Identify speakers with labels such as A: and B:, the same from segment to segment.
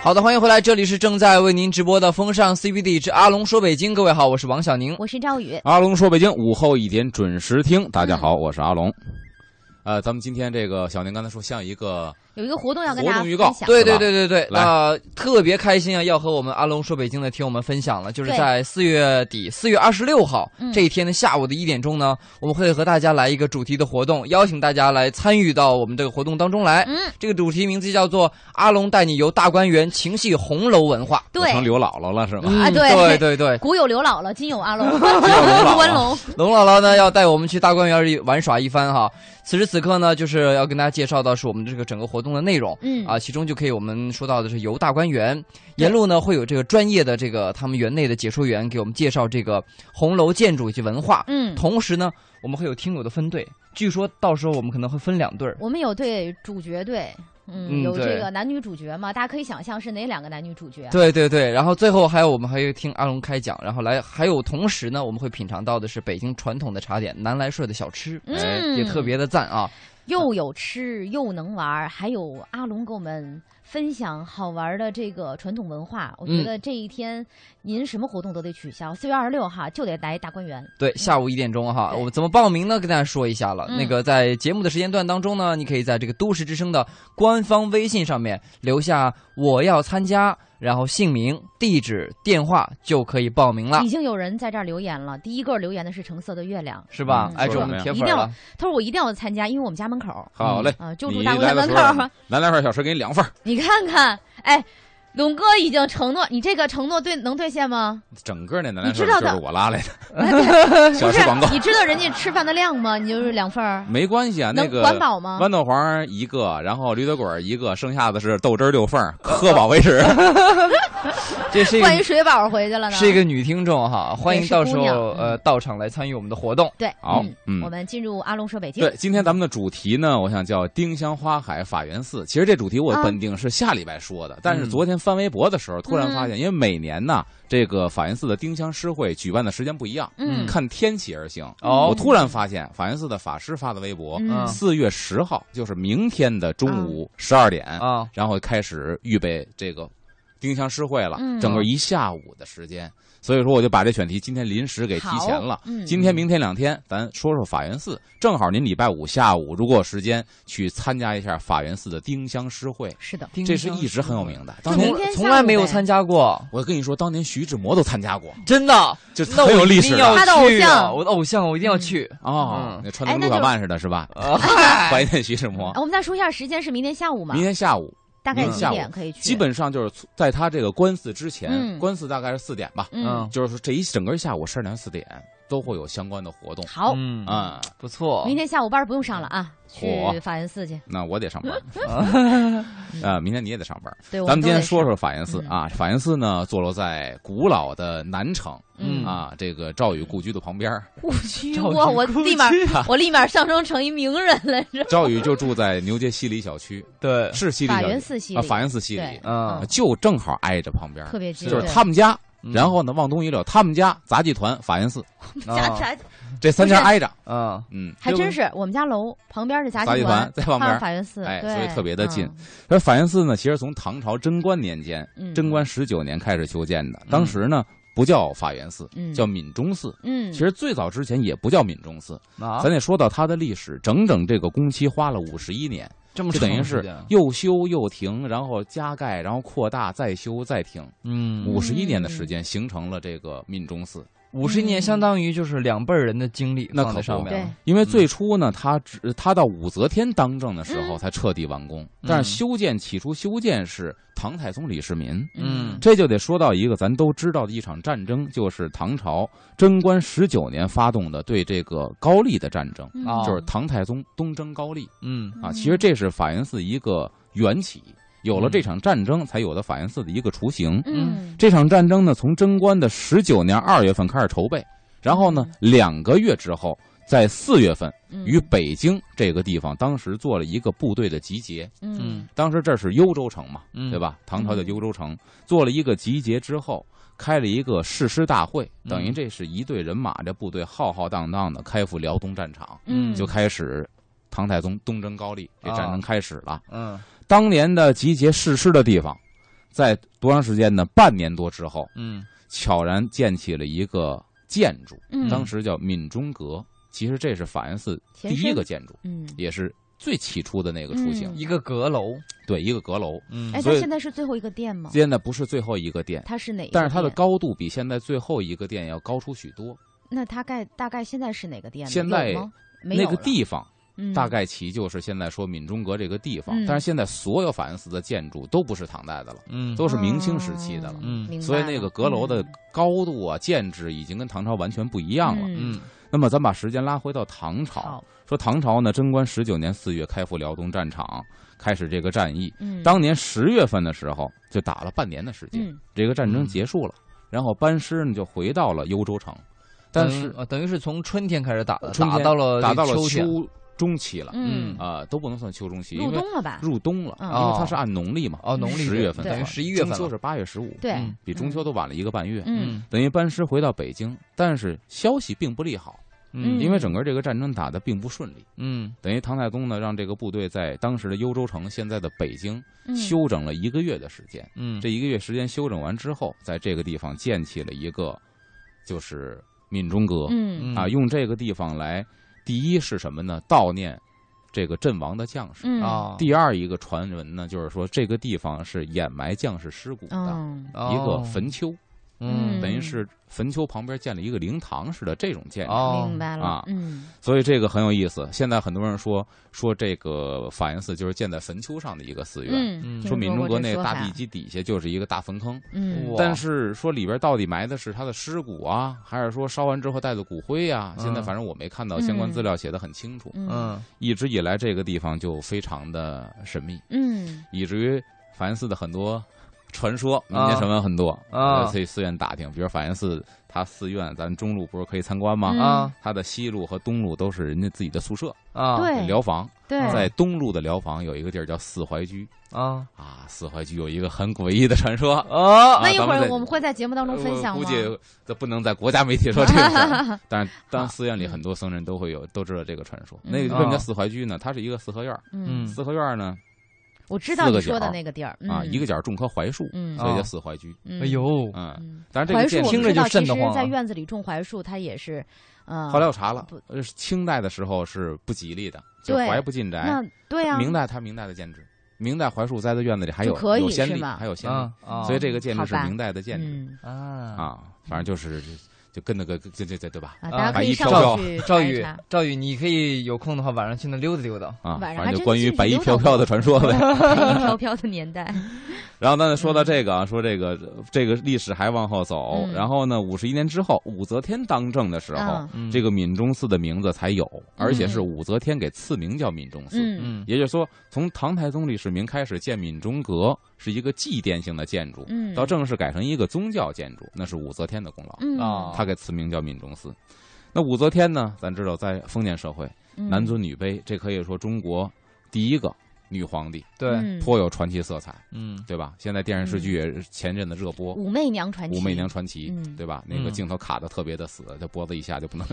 A: 好的，欢迎回来，这里是正在为您直播的风尚 CBD 之阿龙说北京。各位好，我是王小宁。
B: 我是赵宇，
C: 阿龙说：“北京午后一点准时听，大家好，
B: 嗯
C: 我是阿龙。呃，咱们今天这个小宁刚才说像一个呃
B: 有一个活动要跟大家
C: 活动
B: 分
C: 预告
B: 享。
A: 对
C: 是
A: 对
C: 吧
A: 对对对，
C: 来
A: 啊、特别开心啊！要和我们阿龙说北京的听友们分享了，就是
B: 对
A: 在四月底，四月二十六号、
B: 嗯
A: 这一天的下午的一点钟呢，我们会和大家来一个主题的活动，邀请大家来参与到我们这个活动当中来。
B: 嗯，
A: 这个主题名字叫做“阿龙带你游大观园，情系红楼文化”。
C: 我成
B: 对，
C: 刘姥姥了是吧？
A: 嗯
B: 啊对
A: 对对对，
B: 古有刘姥姥，今有阿龙，
C: 姥姥
B: 关龙。
A: 龙姥姥呢要带我们去大观园里玩耍一番哈。此时此刻呢，就是要跟大家介绍到是我们这个整个活动的内容。
B: 嗯
A: 啊，其中就可以我们说到的是游大观园，沿路呢会有这个专业的这个他们园内的解说员给我们介绍这个红楼建筑以及文化。
B: 嗯，
A: 同时呢，我们会有听友的分队，据说到时候我们可能会分两队儿。
B: 我们有对主角队，嗯，
A: 嗯
B: 有这
A: 对
B: 个男女主角嘛，大家可以想象是哪两个男女主角。啊
A: 对对对，然后最后还有我们还有听阿龙开讲，然后来还有同时呢，我们会品尝到的是北京传统的茶点南来顺的小吃，哎
B: 嗯
A: 也特别的赞啊。
B: 又有吃又能玩儿，还有阿龙给我们分享好玩儿的这个传统文化。我觉
A: 嗯
B: 得这一天您什么活动都得取消，四月二十六号就得来大观园。
A: 对，下午一点钟哈，
B: 嗯对
A: 我们怎么报名呢？跟大家说一下了。
B: 嗯
A: 那个在节目的时间段当中呢，你可以在这个都市之声的官方微信上面留下我要参加，然后姓名、地址、电话就可以报名了
B: 已，经有人在这儿留言了，第一个留言的是橙色的月亮，
A: 是吧
B: 嗯？
A: 哎，
C: 说
A: 这我
C: 什么
A: 们
C: 呀
A: 铁
B: 一
A: 粉
B: 定要
A: 了。
B: 他说我一定要参加，因为我们家门口儿
C: 好嘞，
B: 啊、就住
C: 你
B: 大
C: 来
B: 观园
C: 的
B: 门
C: 时
B: 口儿
C: 候。来两份小吃，给你两份儿，
B: 你看看，哎，龙哥已经承诺，你这个承诺对能兑现 吗？
C: 整个那南来
B: 你知
C: 顺
B: 道
C: 就
B: 的
C: 是我拉来的，
B: 不
C: 小
B: 是
C: 吃广告，
B: 你知道人家吃饭的量吗？你就是两份儿，
C: 没关系啊，
B: 嗯
C: 那
B: 能
C: 个
B: 管饱吗？
C: 豌豆黄一个，然后驴得滚一个，剩下的是豆汁儿六份儿，
B: 哦
C: 喝饱为 止。
A: 这是一
B: 灌一
A: 个
B: 水饱回去了呢。
A: 是一个女听众哈，欢迎到时
B: 也是
A: 候
B: 姑娘
A: 呃到场来参与我们的活动。
B: 对，
C: 好
B: 嗯，
C: 嗯
B: 我。们进入阿龙说北京。
C: 对，今天咱们的主题呢，我想叫“丁香花海法源寺”。其实这主题我
B: 啊
C: 本定是下礼拜说的，但是昨天翻微博的时候，突然发
B: 嗯
C: 现，因为每年呢，这个法源寺的丁香诗会举办的时间不一样，
B: 嗯
C: 看天气而行。
A: 哦
C: 我突然发现，法源寺的法师发的微博，
B: 嗯
A: 嗯
C: 四月十号，就是明天的中午十二点，
B: 哦
A: 啊，
C: 然后开始预备这个丁香诗会了，
B: 嗯
C: 整个一下午的时间。所以说，我就把这选题今天临时给提
B: 好
C: 前了。
B: 嗯
C: 今天、明天两天，咱说说法源寺。正好您礼拜五下午如果有时间去参加一下法源寺的丁香诗会，
B: 是的，
C: 这是一直很有名的。当
B: 那
C: 年
B: 明天下午
A: 从来没有参加过，
C: 我跟你说，当年徐志摩都参加过，
A: 真的，
C: 就
A: 那
C: 很
A: 我
C: 有
A: 一
C: 历
A: 定
C: 史
A: 要
C: 的
B: 他的偶
A: 去啊
B: 像
A: 我的偶像，我一定要去。
C: 哦
A: 嗯。
C: 那穿的
B: 哎
C: 跟
B: 那就是
C: 陆小曼似的，是吧？
B: 嗯
A: 啊
C: 怀念徐志摩
B: 啊。我们再说一下时间，是明天下午嘛
C: 明？天下午
B: 大概
C: 明天
B: 几
C: 下午
B: 点可以去？
C: 基本上就是在他这个官司之
B: 嗯
C: 前，官司大概是四点吧，
B: 嗯，
C: 就是说这一整个下午十二点四点都会有相关的活动
B: 好，
A: 嗯
C: 啊、
A: 不错。
B: 明天下午班儿不用上了啊，
C: 火
B: 去法源寺去。
C: 那我得上班啊、明天你也得上班。
B: 对，我
C: 咱们
B: 都
C: 今天
B: 得
C: 说
B: 上
C: 说法源寺
B: 嗯
C: 啊，法源寺呢坐落在古老的南城
B: 嗯
C: 啊，这个赵宇故居的旁边儿。
B: 故居，
A: 赵
B: 我
A: 云
B: 我
A: 故
B: 立马
A: 居
B: 我立马上升成一名人来着。
C: 赵宇就住在牛街西里小区，
A: 对，
C: 是西里
B: 法
C: 小
B: 源
C: 区
B: 寺西
C: 啊，
B: 里，
C: 法源寺西
B: 对
C: 里，
A: 嗯
C: 啊，就正好挨着旁边儿，
B: 特别近，
C: 就是
B: 对
C: 他们家，
A: 嗯
C: 然后呢往东一溜，他们家杂技团法源寺，
B: 家
C: 啊
B: 家
C: 这三家
B: 不是
C: 挨着，
A: 嗯，
C: 嗯，
B: 还真是我们家楼旁边是杂
C: 杂技
B: 团
C: 团，在旁边
B: 看法源寺，
C: 哎
B: 对
C: 所以特别地近
B: 嗯
C: 而法源寺呢，其实从唐朝贞观年间，
B: 嗯
C: 贞观十九年开始修建的，当时呢不叫法源寺，
B: 嗯
C: 叫闽中寺。
B: 嗯，
C: 其实最早之前也不叫闽中寺，
A: 啊
C: 咱，得说到它的历史，整整这个工期花了五十一年，
A: 这么
C: 就等于
A: 长时
C: 是
A: 间啊
C: 又修又停，然后加盖，然后扩大，再修再停，
A: 嗯，
C: 五十一年的时间形成了这个闽中寺。
B: 嗯
A: 五十年相当于就是两辈儿人的经历
C: 那
A: 放在
C: 可
A: 上
C: 不
A: 面
B: 对
A: 了。
C: 因为最初呢，他只他到武则天当政的时候
B: 嗯
C: 才彻底完工，
A: 嗯
C: 但是修建起初修建是唐太宗李世民，
A: 嗯
C: 这就得说到一个咱都知道的一场战争，就是唐朝贞观十九年发动的对这个高丽的战争，
B: 嗯
A: 啊
C: 就是唐太宗东征高丽
A: 嗯
C: 啊。
B: 嗯
C: 其实这是法源寺一个缘起，有了
A: 嗯
C: 这场战争，才有了法源寺的一个雏形。
B: 嗯
C: 这场战争呢，从贞观的十九年二月份开始筹备，然后呢，两个月之后，在四月份
B: 嗯
C: 于北京这个地方，当时做了一个部队的集结。
B: 嗯
C: 当时这是幽州城嘛，
A: 嗯
C: 对吧？唐朝的幽州城做了一个集结之后，开了一个誓师大会，
A: 嗯
C: 等于这是一队人马，这部队浩浩荡荡的开赴辽东战场，
B: 嗯
C: 就开始唐太宗东征高丽，这战争开始了。
A: 嗯
C: 当年的集结誓师的地方，在多长时间呢？半年多之后，
A: 嗯
C: 悄然建起了一个建筑，
B: 嗯
C: 当时叫闽中阁。其实这是法源寺第
B: 前
C: 一
B: 身
C: 个建筑，
B: 嗯，
C: 也是最起初的那个雏形。
B: 嗯
A: 一个阁楼，
C: 对，一个阁楼。
A: 嗯
B: 哎，
C: 所
B: 它
C: 以
B: 现在是最后一个店吗？
C: 现在不是最后一个殿，
B: 它是哪一个店？
C: 但是它的高度比现在最后一个殿要高出许多。
B: 那它概大概现在是哪个店呢？
C: 现在
B: 有吗没
C: 那
B: 有
C: 个
B: 了
C: 地方
B: 嗯
C: 大概其就是现在说闽中阁这个地方，
B: 嗯
C: 但是现在所有法源寺的建筑都不是唐代的了，
A: 嗯
C: 都是明清时期的了。
A: 嗯
B: 哦明白
C: 所以那个阁楼的
B: 了嗯
C: 高度啊、建制已经跟唐朝完全不一样了。
B: 嗯
A: 嗯
B: 嗯
C: 那么咱把时间拉回到唐朝，
B: 好，
C: 说唐朝呢，贞观十九年四月开赴辽东战场，开始这个战役。
B: 嗯，
C: 当年十月份的时候，就打了半年的时间，
B: 嗯
C: 这个战争结束了，然后班师呢就回到了幽州城，但是
A: 等于
B: 嗯
A: 呃等于是从春天开始打的，
C: 春
A: 打
C: 天
A: 到了
C: 打到了
A: 呃秋天，
C: 秋中期了，
B: 嗯
A: 嗯，
C: 啊、都不能算秋中期，因
B: 入
C: 为
B: 冬了吧？
C: 入冬了，
B: 嗯
C: 因为它是按农历嘛，
A: 哦，农历
C: 十月份
A: 等于
C: 算
A: 十一月份
C: 中秋
A: 了，
C: 是八月十五，
B: 对
A: 嗯，
C: 比中秋都晚了一个半月，
B: 嗯
C: 等于班师回到北京，但是消息并不利好，
A: 嗯
C: 因为整个这个战争打得并不顺利。
A: 嗯
C: 等于唐太宗呢，让这个部队在当时的幽州城（现在的北京）
B: 嗯
C: 休整了一个月的时间。
A: 嗯，
C: 这一个月时间休整完之后，在这个地方建起了一个，就是闽中阁、
A: 嗯
B: 嗯
C: 啊，用这个地方来，第一是什么呢？悼念这个阵亡的将士。
B: 嗯
A: 啊
C: 第二一个传闻呢，就是说这个地方是掩埋将士尸骨的、
B: 嗯
A: 哦
C: 一个坟丘，
A: 嗯
C: 等于是坟丘旁边建了一个灵堂似的这种建筑。
A: 哦
B: 明白了
C: 啊
B: 嗯
C: 所以这个很有意思。现在很多人说说这个法源寺就是建在坟丘上的一个寺院，
B: 嗯，
A: 嗯
C: 说闽中
B: 国
C: 国那大地基底下就是一个大坟坑，
B: 嗯
A: 哇
C: 但是说里边到底埋的是他的尸骨啊，还是说烧完之后带的骨灰啊？
A: 嗯
C: 现在反正我没看到相关资料写的很清楚。
B: 嗯
A: 嗯
C: 一直以来这个地方就非常的神秘，
B: 嗯
C: 以至于法源寺的很多。传说民间传闻很多
A: 啊
C: 我去寺院打听，比如法源寺，它寺院咱中路不是可以参观吗？
B: 嗯
A: 啊
C: 它的西路和东路都是人家自己的宿舍，
A: 啊
B: 对
C: 疗房，
B: 对
A: 嗯
C: 在啊东路的疗房有一个地儿叫四怀居
A: 啊
C: 啊，四怀居有一个很诡异的传说。
A: 啊
B: 那一会
C: 咱们
B: 儿
C: 在
B: 我们会在节目当中分享
C: 我
B: 吗？
C: 估计这不能在国家媒体说这个 事儿，但是当寺院里很多僧人都会有都知道这个传说。
B: 嗯
C: 那个为什么叫四怀居呢？它是一个四合院儿，
B: 嗯，
A: 嗯
C: 四合院儿呢
B: 我知道
C: 四
B: 你
C: 个
B: 说的
C: 角
B: 那个地儿
C: 啊，
B: 嗯
C: 一个角儿种棵槐树，
B: 嗯
C: 所以叫四怀居。
B: 嗯
A: 哎呦
C: 嗯，
B: 嗯
C: 当然这
B: 槐
C: 个
B: 树
C: 建
B: 我
A: 听
B: 们
C: 筑
A: 着
B: 知
A: 就瘆
B: 道，其
A: 得
B: 实
A: 慌啊
B: 在院子里种槐树，它也是呃，
C: 后来我查了
B: 不，
C: 呃清代的时候是不吉利的，就
B: 对
C: 槐不进宅。
B: 那对啊，
C: 明代它明代的建制，明代槐树栽在院子里还
B: 就
C: 有
B: 可以
C: 有先
B: 是
C: 例，
B: 吗
C: 还有先例，
A: 啊啊，
C: 所以这个建制是
B: 好吧
C: 明代的建制
B: 嗯
A: 啊
C: 啊，反正就是就跟那个就就就对吧？
B: 啊，
A: 啊
B: 大家
A: 把
B: 可以
C: 一
B: 上
C: 飘
B: 网去
A: 赵
B: 查一
A: 宇
B: 查，
A: 赵宇，你可以有空的话晚上去那溜达溜达。
C: 啊，
B: 晚上
C: 反
B: 还
C: 正
B: 真
C: 就关于
B: 进去
C: 白衣
B: 溜
C: 飘
B: 达
C: 飘
B: 过
C: 的传 说呗。
B: 白衣飘飘的年代，
C: 然后呢，说到这个啊，说这个这个历史还往后走，
B: 嗯
C: 然后呢，五十一年之后，武则天当政的时候，
B: 嗯
A: 嗯
C: 这个闽中寺的名字才有，而且是武则天给赐名叫闽中寺。
B: 嗯
A: 嗯
C: 也就是说，从唐太宗李世民开始建闽中阁是一个祭奠性的建筑，
B: 嗯，
C: 到正式改成一个宗教建筑，那是武则天的功劳，
B: 嗯
A: 啊
C: 她给赐名叫闽中寺。那武则天呢？咱知道，在封建社会，
B: 嗯
C: 男尊女卑，这可以说中国第一个女皇帝，
A: 对，
B: 嗯
C: 颇有传奇色彩，
A: 嗯
C: 对吧？现在电视剧也前阵子热播《
B: 武媚娘传奇，
C: 武媚娘传奇
B: 嗯》，
C: 对吧？那个
A: 嗯
C: 镜头卡的特别的死，这脖子一下就不能。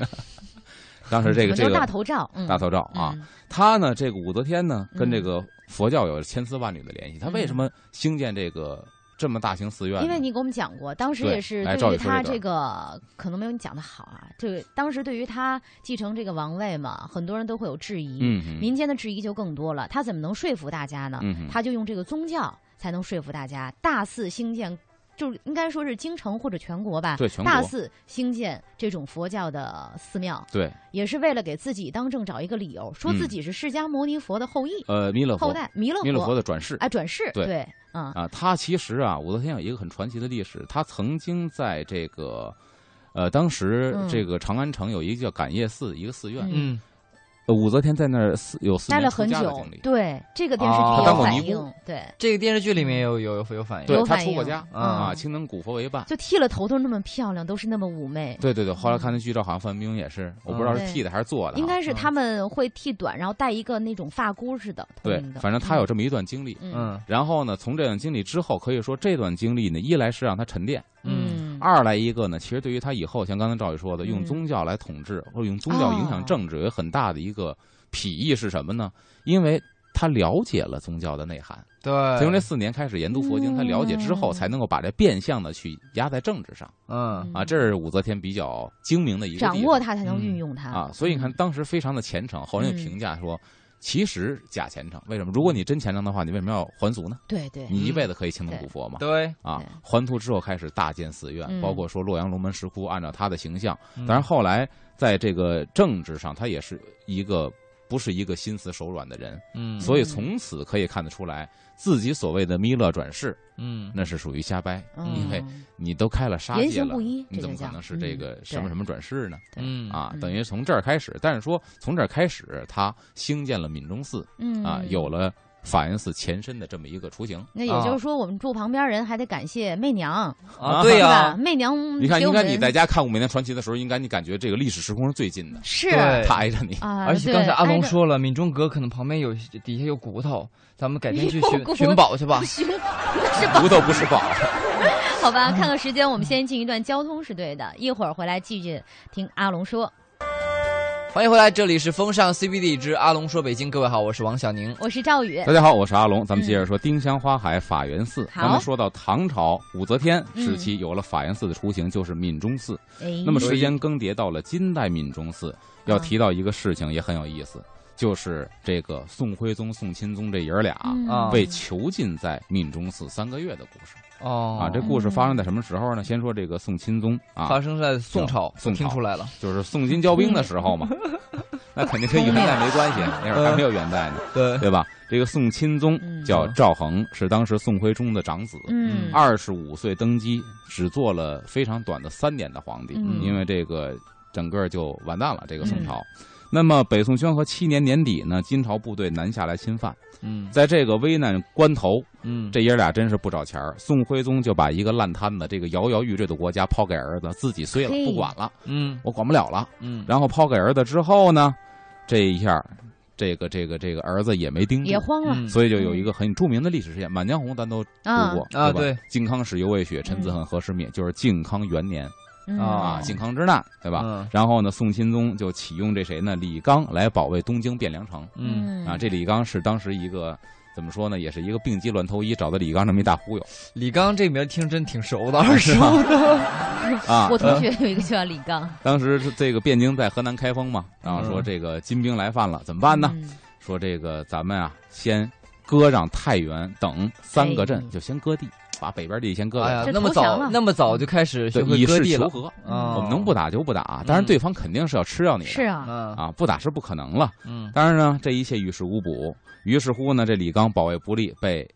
C: 当时这个
B: 我们
C: 这
B: 都大
C: 个
B: 头照，嗯
C: 大头照啊，，
B: 嗯
C: 他呢，这个武则天呢，
B: 嗯
C: 跟这个佛教有千丝万缕的联系。他为什么兴建这个这么大型寺院呢？
B: 因为你给我们讲过，当时
C: 啊对
B: 也是
C: 来赵
B: 对于
C: 宇说
B: 他
C: 这
B: 这个可能没有你讲的好啊，这个当时对于他继承这个王位嘛，很多人都会有质疑，
C: 嗯哼，
B: 民间的质疑就更多了。他怎么能说服大家呢？
C: 嗯哼
B: 他就用这个宗教才能说服大家，大肆兴建，就是应该说是京城或者全国吧，
C: 对全国
B: 大肆兴建这种佛教的寺庙，
C: 对，
B: 也是为了给自己当政找一个理由，说自己是释迦牟尼佛的后裔、
C: 呃，嗯弥勒
B: 后
C: 佛，
B: 代弥勒
C: 弥勒佛
B: 佛
C: 的转世
B: 啊转世，
C: 对
B: 对，嗯
C: 啊，他其实啊，武则天有一个很传奇的历史，他曾经在这个。呃，当时
B: 嗯
C: 这个长安城有一个叫感业寺，一个寺院。
A: 嗯
C: 呃武则天在那儿四有四
B: 待
C: 年
B: 了
C: 出
B: 很
C: 家的
B: 久
C: 经历，，啊
B: 对这个电视剧
A: 哦她
B: 也
A: 当
B: 有
A: 过
B: 反
C: 尼姑
B: 映，对，
A: 这个电视剧里面有有有反应。
C: 对
B: 哎有
C: 他
B: 反
C: 出过
B: 应
C: 家
A: 嗯
C: 啊，清能古佛为伴。
B: 就剃了头都那么漂亮，都是那么妩媚。
C: 对对对，后来看那剧照，好像范冰冰也是，我不知道是
B: 嗯对
C: 剃的还是做的啊，
B: 应该
A: 嗯
B: 是他们会剃短，然后戴一个那种发箍似的。
C: 对
B: 透明的，
C: 反正他有这么一段经历。
B: 嗯
A: 嗯
C: 然后呢，从这段经历之后，可以说这段经历呢，一来是让他沉淀，
A: 嗯
B: 嗯
C: 二来一个呢，其实对于他以后，像刚才赵宇说的，
B: 嗯哦
C: 用宗教来统治或者用宗教影响政治，有很大的一个裨益是什么呢？因为他了解了宗教的内涵。
A: 对，
C: 从这四年开始研读佛经，他了解之后，
B: 嗯
C: 才能够把这变相的去压在政治上
A: 嗯
C: 啊。这是武则天比较精明的一个地方
B: 掌握它才能
A: 嗯
B: 运用它
C: 啊。所以你看，，当时非常的虔诚，后人有
B: 嗯
C: 评价说。其实假虔诚，为什么？如果你真虔诚的话，你为什么要还俗呢？
B: 对对，
C: 你一辈子可以清灯古佛嘛。
A: 对，
C: 啊
B: 嗯对，
C: 还图之后开始大建寺院，
B: 嗯
C: 包括说洛阳龙门石窟，按照他的形象。
A: 嗯
C: 当然后来在这个政治上，他也是一个不是一个心慈手软的人，
A: 嗯，
C: 所以从此可以看得出来，自己所谓的弥勒转世，
A: 嗯
C: 那是属于瞎掰。
B: 嗯
C: 因为你都开了杀
B: 言
C: 戒
B: 行
C: 了
B: 不一，
C: 你
B: 这
C: 怎么
B: 就
C: 可
B: 叫
C: 能是这个
B: 嗯
C: 什么
B: 对
C: 什么转世呢？
A: 嗯
C: 啊，
B: 嗯
C: 等于从这儿开始，但是说从这儿开始，他兴建了闽中寺
B: 嗯
C: 啊，有。了法源寺前身的这么一个雏形。
B: 那也就是说，我们住旁边人还得感谢媚娘，
A: 啊，
C: 啊
A: 对
B: 是吧？
A: 呀，
B: 媚娘，
C: 你看，应该你在家看《武媚娘传奇》的时候，应该你感觉这个历史时空是最近的，
B: 是
A: 对
C: 他挨着你。
B: 啊，
A: 而且刚才
B: 对
A: 阿龙
B: 挨着
A: 说了，闽中阁可能旁边有底下有骨头，咱们改天去
B: 有骨
A: 寻
B: 头
A: 寻宝去吧。
B: 行，是吧？
C: 骨头不是宝，嗯
B: 好吧，看看时间，我们先进一段交通是对的，一会儿回来继续听阿龙说。
A: 欢迎回来，这里是风尚 CBD 之阿龙说北京，各位好，我是王小宁。
B: 我是赵宇，
C: 大家好，我是阿龙，咱们接着说丁香花海法源寺。
B: 嗯好嗯
C: 刚才说到唐朝武则天时期有了法源寺的雏形，就是闽中寺。
B: 哎，
C: 那么时间更迭到了金代闽中寺，
B: 嗯
C: 要提到一个事情也很有意思，就是这个宋徽宗、宋钦宗这爷儿俩
B: 嗯
A: 啊
C: 被囚禁在闽中寺三个月的故事
A: 哦，
C: 啊。这故事发生在什么时候呢？先说这个宋钦宗啊
A: 发，生在宋朝，
C: 宋朝
A: 听出来了。
C: 就是宋金交兵的时候嘛，那肯定跟元代没关系，啊那会儿还没有元代呢，
A: 对，
C: 对吧？这个宋钦宗
B: 嗯
C: 叫赵恒，是当时宋徽宗的长子。
B: 嗯，
C: 二十五岁登基，只做了非常短的三年的皇帝，
B: 嗯
C: 因为这个整个就完蛋了这个宋朝。那么北宋宣和七年年底呢，金朝部队南下来侵犯，
A: 嗯
C: 在这个危难关头，
A: 嗯，
C: 这爷俩真是不找钱儿。宋徽宗就把一个烂摊子，这个摇摇欲坠的国家抛给儿子，自己碎了
B: 嘿
C: 不管了，
A: 嗯
C: 我管不了了。
A: 嗯，
C: 然后抛给儿子之后呢，这一下，这个这个这个儿子也没盯住
B: 也，慌了
A: 嗯
C: 所以就有一个很著名的历史事件，《满江红》咱都
B: 啊
C: 读过
A: 啊
C: 吧
A: 对
C: 靖康耻犹未雪，臣子恨何时灭，就是靖康元年
B: 嗯
A: 啊嗯
C: 啊，靖康之难，对吧？
A: 吧？
C: 然后呢，宋钦宗就启用这谁呢？李纲来保卫东京汴梁城
A: 嗯
C: 啊。 这李纲是当时一个怎么说呢，也是一个病急乱投医，找到李纲这么一大忽悠
A: 李刚这名儿听着真挺 熟的，二十五
C: 啊
B: 我。同学有一个叫李 刚，
C: 当时是这个汴京在河南开封嘛，然后说
A: 嗯
C: 这个金兵来犯了，怎么办呢？
B: 嗯？
C: 说这个咱们啊，先割让太原等三个镇
B: 哎，
C: 就先割地，把北边地先割
A: 哎
C: 了，
A: 呀，
B: 这
A: 那么
B: 投降
A: 早
B: 了
A: 那么早就开始学
C: 对，
A: 会
C: 以
A: 割
C: 示
A: 地
C: 求
A: 了，
C: 和。
A: 啊
C: 我们能不打就不打，
A: 嗯
C: 当然对方肯定是要吃掉你的。
B: 是啊，
A: 嗯
C: 啊，不打是不可能了。
A: 嗯
C: 当然呢，这一切于事无补。于是乎呢，这李纲保卫不力，被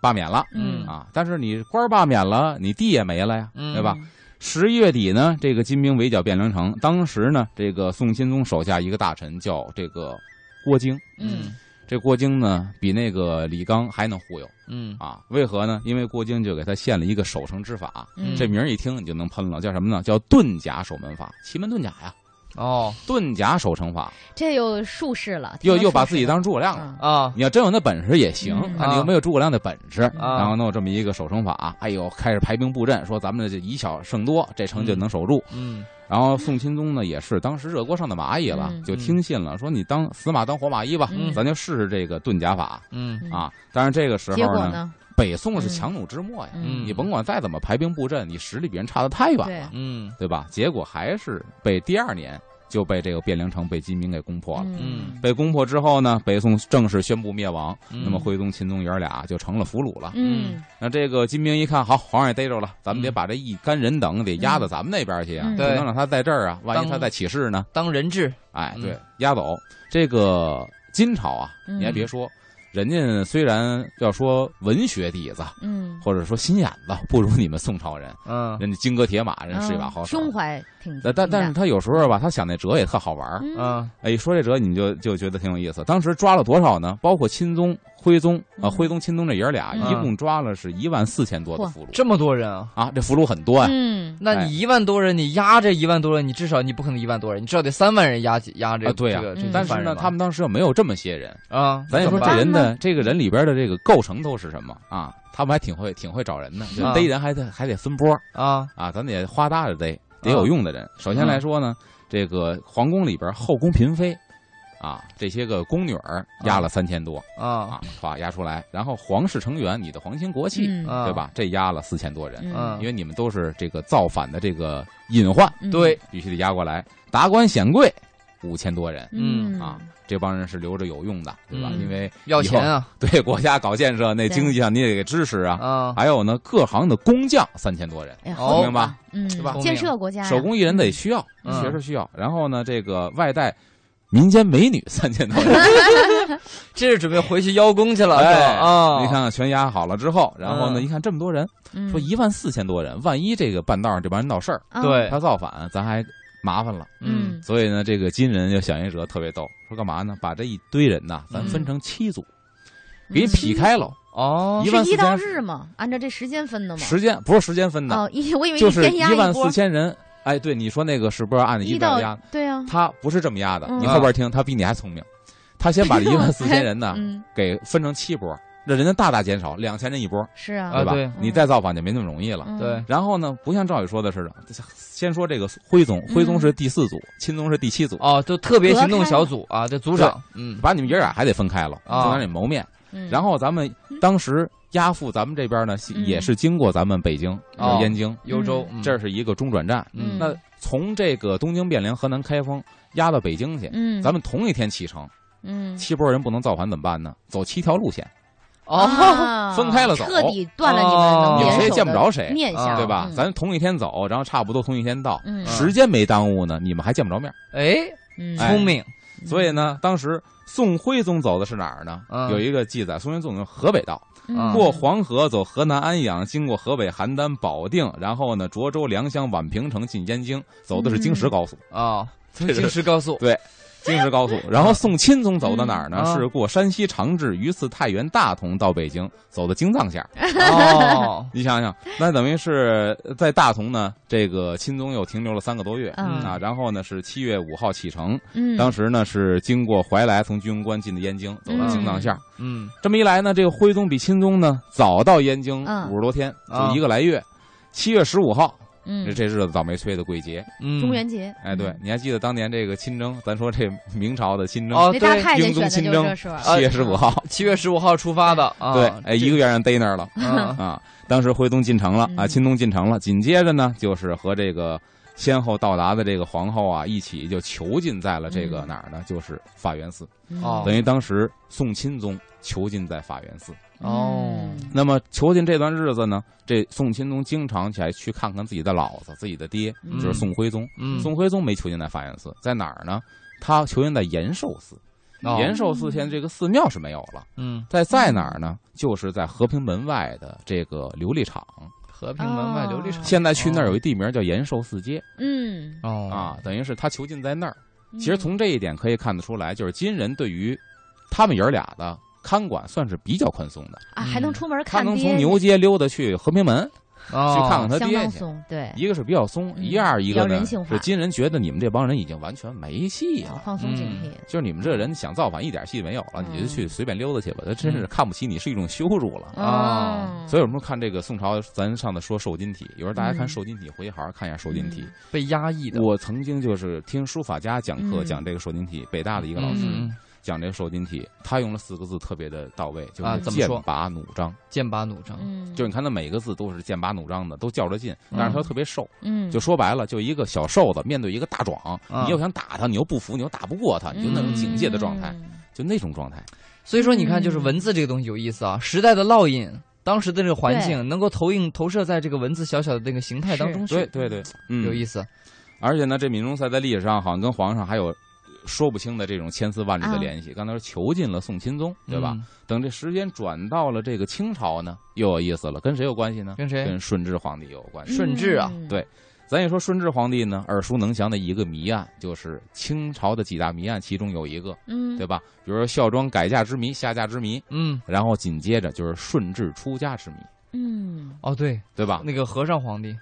C: 罢免了
A: 嗯
C: 啊。但是你官儿罢免了，你地也没了呀，
A: 嗯
C: 对吧？？十一月底呢，这个金兵围剿汴梁城，当时呢，这个宋钦宗手下一个大臣叫这个郭京，
B: 嗯
C: 这郭京呢比那个李纲还能忽悠
A: 嗯
C: 啊？为何呢？因为郭京就给他献了一个守城之法，
B: 嗯，
C: 这名儿一听你就能喷了，叫什么呢？叫遁甲守门法，奇门遁甲呀，
A: 哦
C: 遁甲守城法，
B: 这又术士了，
C: 又
B: 挺有
C: 又把
B: 术士
C: 自己
B: 的
C: 当诸葛亮了。
B: 嗯
A: 啊
C: 你要真有那本事也行
B: 嗯，
C: 看你有没有诸葛亮的本事。
A: 啊
C: 然后弄这么一个守城法，哎呦，开始排兵布阵，说咱们这以小胜多，这城就能守住。
A: 嗯
C: 然后宋钦宗呢，也是当时热锅上的蚂蚁了
B: 嗯，
C: 就听信了，说你当死马当活马医吧
B: 嗯，
C: 咱就试试这个遁甲法
A: 嗯
B: 嗯
C: 啊。当然这个时
B: 结
C: 候
B: 果
C: 呢，
B: 呢？
C: 北宋是强弩之末呀，
B: 嗯
C: 你甭管再怎么排兵布阵，你实力比人差得太远
B: 对
C: 了，
A: 嗯
C: 对吧？结果还是被第二年就被这个汴梁城被金兵给攻破了。
A: 嗯
C: 被攻破之后呢，北宋正式宣布灭亡。
A: 嗯
C: 那么徽宗、钦宗爷儿俩就成了俘虏了。
B: 嗯
C: 那这个金兵一看，好，皇上也逮着了，咱们得
A: 嗯
C: 把这一干人等得压到咱们那边去啊
B: 嗯，
C: 不
A: 对
C: 能让他在这儿啊，万一
A: 当
C: 他再起事呢？
A: 当人质
C: 哎，
A: 嗯
C: 对，压走这个金朝啊，
B: 嗯
C: 你还别说，人家虽然要说文学底子
B: 嗯，
C: 或者说心眼子不如你们宋朝人，
A: 嗯
C: 人家金戈铁马，人是一把好
B: 嗯
C: 手。
B: 胸怀挺
C: 但但但是
B: 挺
C: 他有时候吧，他想那辙也特好玩儿。
B: 大嗯
A: 嗯
C: 哎，说这辙你就就觉得挺有意思。当时抓了多少呢？包括钦宗、徽宗啊，
B: 嗯
C: 徽宗、钦宗这爷儿俩，
B: 嗯
C: 一共抓了是一万四千多的
B: 嚯
C: 俘虏
A: 这么多人啊。
C: 啊，这俘虏很多呀。
B: 嗯
A: 那
C: 哎
A: 你一万多人，你压这一万多人，你至少你不可能一万多人，你至少得三万人压压这
C: 啊，对呀
A: 这个这
B: 嗯
A: 个
C: 但是
A: 犯人
C: 呢，
A: 吧
C: 他们当时又没有这么些人，
A: 啊，
C: 咱也
A: 怎么
C: 说这
A: 办
C: 人
B: 怎么
C: 的这个人里边的这个构成都是什么啊？他们还挺会挺会找人的，就
A: 啊
C: 逮人还得还得分波儿
A: 啊，
C: 啊，咱得花
A: 嗯
C: 大的逮，得有用的人。首先来说呢，这个皇宫里边后宫嫔妃啊，这些个宫女儿押了三千多
A: 啊
C: 啊，咵押出来，然后皇室成员，你的皇亲国戚，
B: 嗯
A: 啊
C: 对？吧？这押了四千多人，
A: 嗯
C: 因为你们都是这个造反的这个隐患，
B: 嗯
A: 对，
C: 必须得押过来。达官显贵五千多人，
A: 嗯
C: 啊，这帮人是留着有用的，对吧？
A: 嗯
C: 因为
A: 要钱啊
C: 对国家搞建设，
B: 对
C: 那经济上你也得给支持啊。
A: 啊！
C: 还有呢，各行的工匠三千多人，
B: 哎呀，
A: 哦
B: 好
C: 明白吧？
B: 嗯，
A: 对吧
B: 建设国家呀
C: 手工艺人得需要，
A: 哎嗯
C: 学生需要。然后呢，这个外带民间美女三千多人，
A: 这是准备回去邀功去了，是吧
C: 哎
A: 啊！
C: 你看看全压好了之后，然后呢，
A: 嗯
C: 一看这么多人，
B: 嗯
C: 说一万四千多人，万一这个半道上这帮人闹事儿，
B: 啊
A: 对
C: 他造反，咱还麻烦了。
A: 嗯
B: 嗯
C: 所以呢，这个金人就想一辙，特别逗，说干嘛呢？把这一堆人呐，
A: 嗯
C: 咱分成七组，给劈开了，
A: 哦
C: 一万
B: 嗯是
C: 四
B: 一到
C: 千
B: 日嘛，按照这时间分的
A: 嗯
B: 嘛。
C: 时间不是时间分的，
B: 哦，一我以为
C: 就
B: 一
C: 是
B: 天
C: 一
B: 压
C: 万
B: 波
C: 四，千人。哎，对，你说那个是不是按
B: 一
C: 一
B: 到
C: 百压？
B: 对啊，
C: 他不是这么压的，
B: 嗯哎
C: 你后边听，他比你还聪明，他先 把这一万四千人呢
B: 嗯，
C: 给分成七波，那人家大大减少，两千人一波，
B: 是啊，
A: 啊
C: 吧
A: 对？
C: 你再造反就没那么容易了。
B: 嗯
A: 对，
C: 然后呢，不像赵宇说的似的，先说这个徽宗，徽宗
B: 嗯
C: 是第四组，钦宗是第七组，
A: 哦，就特别行动小组啊，这组长，嗯
C: 把你们爷俩还得分开了，
A: 啊
C: 从哪里谋面？
B: 嗯
C: 然后咱们当时押赴咱们这边呢，是
B: 嗯
C: 也是经过咱们北京、
A: 哦
C: 燕京，
A: 幽州，嗯
C: 这是一个中转站。
A: 嗯
C: 那从这个东京、汴梁、河南开封押到北京去，
B: 嗯，
C: 咱们同一天启程，
B: 嗯
C: 七波人不能造反怎么办呢？走七条路线，
B: 啊
A: 哦，
C: 分开了走
B: 彻底断了你们能
A: 哦
C: 你
B: 联
C: 谁也
B: 手
C: 见不
B: 的
C: 着谁，
B: 面
A: 啊
B: 相，
C: 对吧？
B: 嗯
C: 咱同一天走，然后差不多同一天到，
B: 嗯
C: 时间没耽误呢，你们还见不着面。
A: 哎，
B: 嗯
A: 聪明，
C: 所以呢，当时宋徽宗走的是哪儿呢？
A: 嗯
C: 有一个记载，宋徽宗从河北到，
B: 嗯
A: 啊
C: 过黄河，走河南安阳，经过河北邯郸、保定，然后呢，涿州、良乡、宛平城进燕京，走的是京石高速。
A: 啊，
C: 是
A: 京师高速，
C: 京石高 速，然后宋钦宗走到哪儿呢？
B: 啊
A: 嗯
C: 是过山西长治、榆次、太原、大同到北京，走的京藏线
B: 哎
C: 儿。
A: 哦，
C: 你想想，那等于是在大同呢，这个钦宗又停留了三个多月、
B: 嗯
C: 啊。然后呢是七月五号启程，
B: 嗯，
C: 当时呢是经过怀来，从居庸关进的燕京，走到京藏线儿。
A: 嗯，
C: 这么一来呢，这个徽宗比钦宗呢早到燕京
B: 嗯
C: 五十多天，
A: 啊
C: 就一个来月。七月十五号，这
B: 嗯
C: 这日子倒霉催的鬼节。
A: 嗯
B: 中元节，
C: 哎，对
B: 嗯，，
C: 你还记得当年这个亲征？咱说这明朝的亲征，
A: 哦，
B: 那大
A: 对，
B: 太监
C: 英宗
B: 选的
C: 亲
B: 就是
C: 征
B: 这时候儿，
C: 七月十五号，
A: 七月十五号出发的啊，
C: 对，哎，一个月让逮那儿了
A: 个啊，
C: 啊。当时徽宗进城了啊，
B: 嗯
C: 钦宗进城了，紧接着呢，就是和这个先后到达的这个皇后啊一起就囚禁在了这个
B: 嗯
C: 哪儿呢？就是法源寺，
B: 嗯
A: 哦
C: 等于当时宋钦宗囚禁在法源寺。
A: 哦，
B: 嗯
C: 那么囚禁这段日子呢，这宋钦宗经常起来去看看自己的老子、自己的爹，
B: 嗯
C: 就是宋徽宗。
A: 嗯，
C: 宋徽宗没囚禁在法源寺，在哪儿呢？他囚禁在延寿寺。
A: 哦
C: 延寿寺现在这个寺庙是没有了，
A: 嗯，
C: 在在哪儿呢？就是在和平门外的这个琉璃厂。
B: 哦
A: 和平门外琉璃厂，
C: 现在去那儿有一地名叫延寿寺街
B: 嗯，
A: 哦
C: 啊，，等于是他囚禁在那儿。其实从这一点可以看得出来，就是金人对于他们爷儿俩的看管算是比较宽松的。
B: 啊还能出门
C: 他
B: 看
C: 能
B: 爹
C: 从牛街溜达去和平门去
A: 去
C: 看看他
B: 相
C: 爹
B: 当
C: 去。
B: 松，对，
C: 一个是比较松，
B: 嗯
C: 一二一个
B: 比较人
C: 呢
B: 性化哦
C: 是金人觉得你们这帮人已经完全没戏了。
B: 啊放松警
A: 嗯
B: 惕，
C: 就是你们这人想造反一点戏没有
B: 嗯
C: 了，你就去随便溜达去吧，他真是看不起你是一种羞辱了。
B: 哦
A: 啊
C: 嗯所以我们看这个宋朝，咱上次说瘦金体，有时候大家看
B: 嗯
C: 瘦金体，回去好好看一下瘦金体。
A: 被压抑的，
C: 我曾经就是听书法家讲课
B: 嗯
C: 讲这个瘦金体，北大的一
A: 一
C: 个老师
B: 嗯
C: 讲这个瘦金体，他用了四个字特别的到位，就
A: 啊
C: 是
A: 怎么
C: 剑
A: 说嗯
C: 拔弩张。
A: 剑拔弩张，
B: 嗯，
C: 就是你看他每个字都是剑拔弩张的，
A: 嗯
C: 都较着劲，但是他又特别瘦，
B: 嗯，
C: 就说白了，就一个小瘦子面对一个大壮，
A: 啊
C: 你又想打他，你又不服，你又打不过他，你就那种警戒的状态，
B: 嗯
C: 就那种状态。
A: 所以说，你看，就是
B: 嗯
A: 文字这个东西有意思啊，时代的烙印，当时的这个环
B: 对
A: 境能够投影投射在这个文字小小的那个形态当中去，
C: 对对对，嗯，
A: 有意思。
C: 而且呢，这闽中赛在历史上好像跟皇上还有说不清的这种千丝万缕的联系。刚才说囚禁了宋钦宗，对吧？
A: 啊嗯？
C: 等这时间转到了这个清朝呢，又有意思了，跟谁有关系呢？
A: 跟谁？
C: 跟顺治皇帝有关系。
A: 顺治啊，
B: 嗯
C: 对咱一说顺治皇帝呢，耳熟能详的一个谜案，就是清朝的几大谜案，其中有一个，
B: 嗯，
C: 对吧？比如说孝庄改嫁之谜、下嫁之谜，
A: 嗯，
C: 然后紧接着就是顺治出家之谜，
B: 嗯，
A: 哦对，
C: 对吧？
A: 那个和尚皇帝，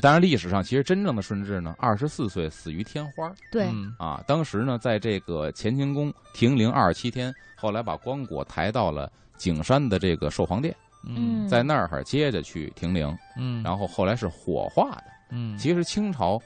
C: 当然，历史上其实真正的顺治呢，二十四岁死于天花儿
B: 对，
A: 嗯
C: 啊。当时呢，在这个乾清宫停灵二十七天，后来把光果抬到了景山的这个寿皇殿，
A: 嗯
C: 在那儿接着去停灵，
A: 嗯，后
C: 然后后来是火化的。
A: 嗯，
C: 其实清朝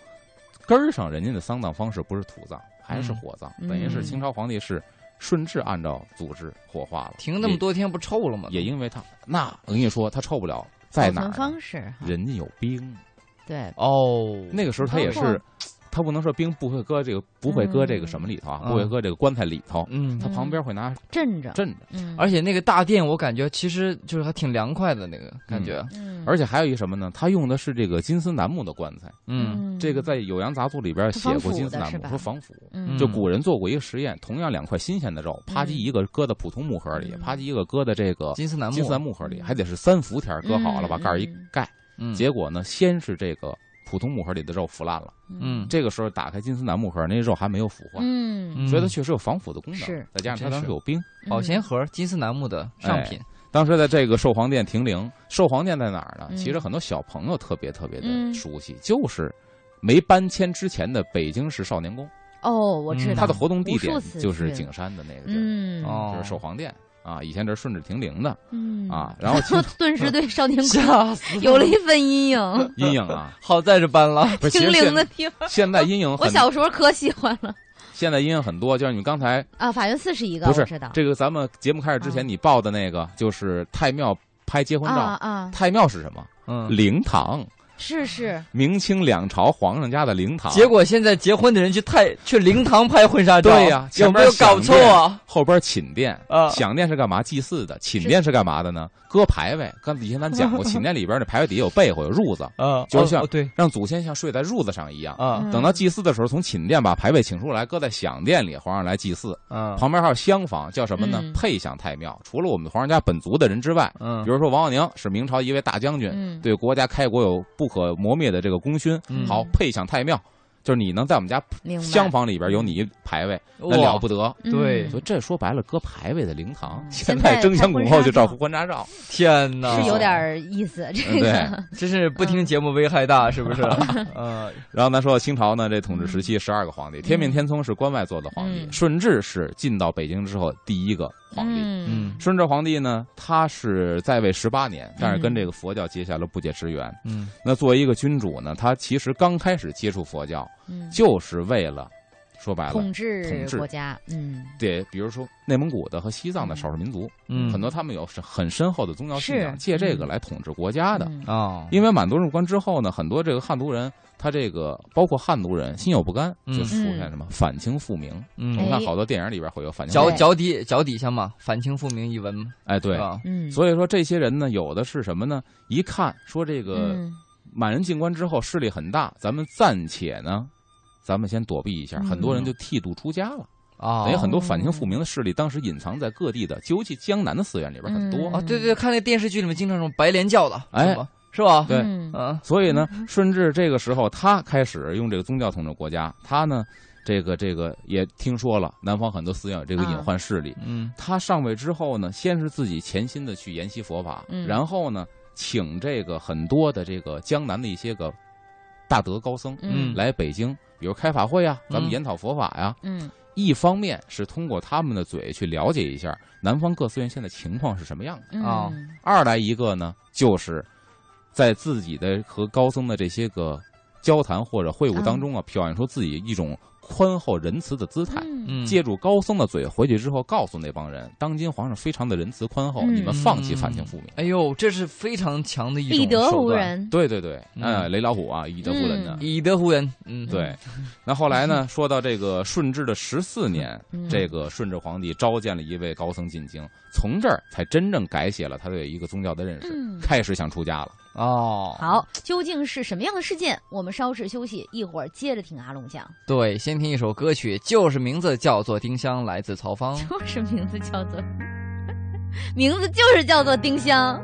C: 根儿上人家的丧葬方式不是土葬，还是火葬，
B: 嗯
C: 等于是清朝皇帝是顺治按照组织火化了。
A: 停那么多天不臭了吗？
C: 也，也因为他那我跟你说，他臭不了在哪
B: 保存
C: 儿呢？
B: 方式哈，
C: 人家有兵，
B: 对，
A: 哦，
C: 那个时候他也
B: 包括
C: 是，他不能说兵不会搁这个不会搁这个什么里头啊，
A: 嗯
C: 不会搁这个棺材里头，
A: 嗯
C: 他，旁边会拿
B: 镇着，
C: 镇着。
B: 嗯，
A: 而且那个大殿我感觉其实就是还挺凉快的那个感觉，
B: 嗯
C: 而且还有一什么呢？他用的是这个金丝楠木的棺材，
A: 嗯
C: 这个在《酉阳杂俎》里边写过金丝楠
B: 是
C: 木，
B: 防腐的是吧
C: 说防腐。
B: 嗯
C: 就古人做过一个实验，同样两块新鲜的肉，啪叽一个搁在普通木盒里，
B: 嗯
C: 啪叽一个搁在这个
A: 金丝楠木，
C: 金丝楠木盒里，
B: 嗯
C: 还得是三伏天儿搁好了，把盖儿一
B: 嗯
C: 盖。
A: 嗯，
C: 结果呢，先是这个普通木盒里的肉腐烂了，
A: 嗯
C: 这个时候打开金丝楠木盒，那肉还没有腐化，
B: 嗯，
A: 嗯
C: 所以它确实有防腐的功能。
B: 是
C: 再加上
A: 真
C: 它当时
A: 是
C: 有兵，
B: 嗯
A: 保鲜盒金丝楠木的
C: 哎
A: 上品，
C: 当时在这个寿皇殿停灵，寿皇殿在哪儿呢？
B: 嗯
C: 其实很多小朋友特别特别的
B: 嗯
C: 熟悉，就是没搬迁之前的北京市少年宫，
B: 哦，我知
A: 嗯
B: 道，
C: 它的活动地点
B: 无数次
C: 就是
B: 去
C: 景山的那个地儿，
B: 嗯
A: 哦
C: 就是寿皇殿啊。以前这是顺治停灵的
B: 嗯
C: 啊，，然后
B: 顿时对少年宫
A: 吓死
B: 有了一份阴影，
C: 阴影 啊，
A: 好在这搬 了，
C: 不是其
B: 精
C: 实
B: 灵
C: 现
B: 的地方，
C: 现在阴影
B: 我
C: 很，
B: 小时候可喜欢了
C: 现在阴影很多，就是你刚才
B: 啊，法院寺是一个，
C: 不是
B: 我知道，
C: 这个咱们节目开始之前
B: 啊
C: 你报的那个，就是太庙拍结婚
B: 啊
C: 照。
B: 啊，
C: 太庙是什么？
A: 嗯。
C: 灵堂，
B: 是是，
C: 明清两朝皇上家的灵堂。
A: 结果现在结婚的人去太去灵堂拍婚纱照，
C: 对呀
A: 有
C: 前
A: 没
C: 面
A: 有搞错啊？
C: 后边寝殿
A: 啊
C: 享殿是干嘛？祭祀的。寝殿是干嘛的呢？搁牌位。刚以前 咱讲过，寝殿里边那牌位底下有被子有褥子，
A: 啊，
C: 就
A: 哦
C: 像
A: 哦对
C: 让祖先像睡在褥子上一样。
A: 啊
B: 嗯
C: 等到祭祀的时候，从寝殿把牌位请出来，搁在享殿里，皇上来祭祀。
A: 啊
C: 旁边还有厢房，叫什么呢
B: 嗯？
C: 配享太庙。除了我们皇上家本族的人之外，
A: 嗯
C: 比如说王浩宁是明朝一位大将军，
B: 嗯，
C: 对国家开国有不可磨灭的这个功勋。
A: 嗯
C: 好，配享太庙，就是你能在我们家
B: 明白，
C: 厢房里边有你一牌位，那了不得。
B: 嗯
A: 对
C: 所以这说白了，搁牌位的灵堂，
B: 嗯
C: 现
B: 现在
C: 在争先
B: 拍婚
C: 恐后
B: 纱
C: 就照
B: 照
C: 婚纱 照，
A: 天哪，
B: 是有点儿意思，这
C: 嗯对
B: 个。
A: 真是不听节目危害大，是不 是？嗯，
C: 然后咱说清朝呢，这统治时期十二个皇帝，天命天聪是关外做的皇帝，
B: 嗯
C: 顺治是进到北京之后第一个皇帝。
B: 嗯
A: 嗯
C: 顺治皇帝呢，他是在位十八年，但是跟
B: 嗯
C: 这个佛教结下了不解之缘。
A: 嗯
C: 那作为一个君主呢，他其实刚开始接触佛教，
B: 嗯，
C: 就是为了说白了，
B: 统治
C: 统治
B: 国家，嗯，
C: 对，比如说内蒙古的和西藏的少数民族，
A: 嗯，
C: 很多他们有是很深厚的宗教信
B: 是
C: 仰，借这个
B: 嗯
C: 来统治国家的。
B: 嗯
A: 啊，
C: 因为满族入关之后呢，很多这个汉族人，他这个包括汉族人心有不甘，
A: 嗯
C: 就出现什么反清复明。我们
A: 嗯
B: 哎，
C: 看好多电影里边会有反清复
A: 脚
C: 明，
A: 脚底脚底下嘛，反清复明一文嘛，
C: 哎，对
A: 是。吧？
B: 嗯，
C: 所以说这些人呢，有的是什么呢？一看说这个
B: 嗯
C: 满人进关之后势力很大，咱们暂且呢，咱们先躲避一下。
B: 嗯哦
C: 很多人就剃度出家了，
A: 啊，
C: 等于哎很多反清复明的势力当时隐藏在各地的，尤其江南的寺院里边很
B: 嗯
C: 多。
A: 啊，对对，看那电视剧里面经常说白莲教的，
C: 哎
A: 什么，是吧？
C: 对
B: 嗯
A: 嗯
C: 所以呢，顺治这个时候他开始用这个宗教统治国家，他呢，这个这个也听说了南方很多寺院有这个隐患势力。
A: 嗯
C: 他上位之后呢，先是自己潜心的去研习佛法，
B: 嗯
C: 然后呢，请这个很多的这个江南的一些个大德高僧
A: 嗯
C: 来北京，比如开法会啊，咱
A: 嗯
C: 们研讨佛法呀、
B: 嗯
C: 一方面是通过他们的嘴去了解一下南方各寺院现在情况是什么样的。
B: 嗯
A: 啊
C: 二来一个呢，就是在自己的和高僧的这些个交谈或者会晤当中啊，表现出自己一种宽厚仁慈的姿态。
B: 嗯
A: 嗯，
C: 借助高僧的嘴回去之后，告诉那帮人，当今皇上非常的仁慈宽厚，
B: 嗯
C: 你们放弃反清复明。
A: 哎呦，这是非常强的一种
B: 立德
A: 手
B: 无
A: 段，
B: 人，
C: 对对对，
A: 嗯
C: 呃，雷老虎啊，以德服人呢。
A: 以德服人，嗯，
C: 对，那后来呢？说到这个顺治的十四年，
B: 嗯
C: 这个顺治皇帝召见了一位高僧进京，从这儿才真正改写了他对一个宗教的认识，
B: 嗯
C: 开始想出家了。
A: 哦，
B: 好，究竟是什么样的事件？我们稍事休息，一会儿接着听阿龙讲。
A: 对，先听一首歌曲，就是名字叫做《丁香》，来自曹 芳。
C: 哦
B: 就是名字叫做，名字就是叫做丁香。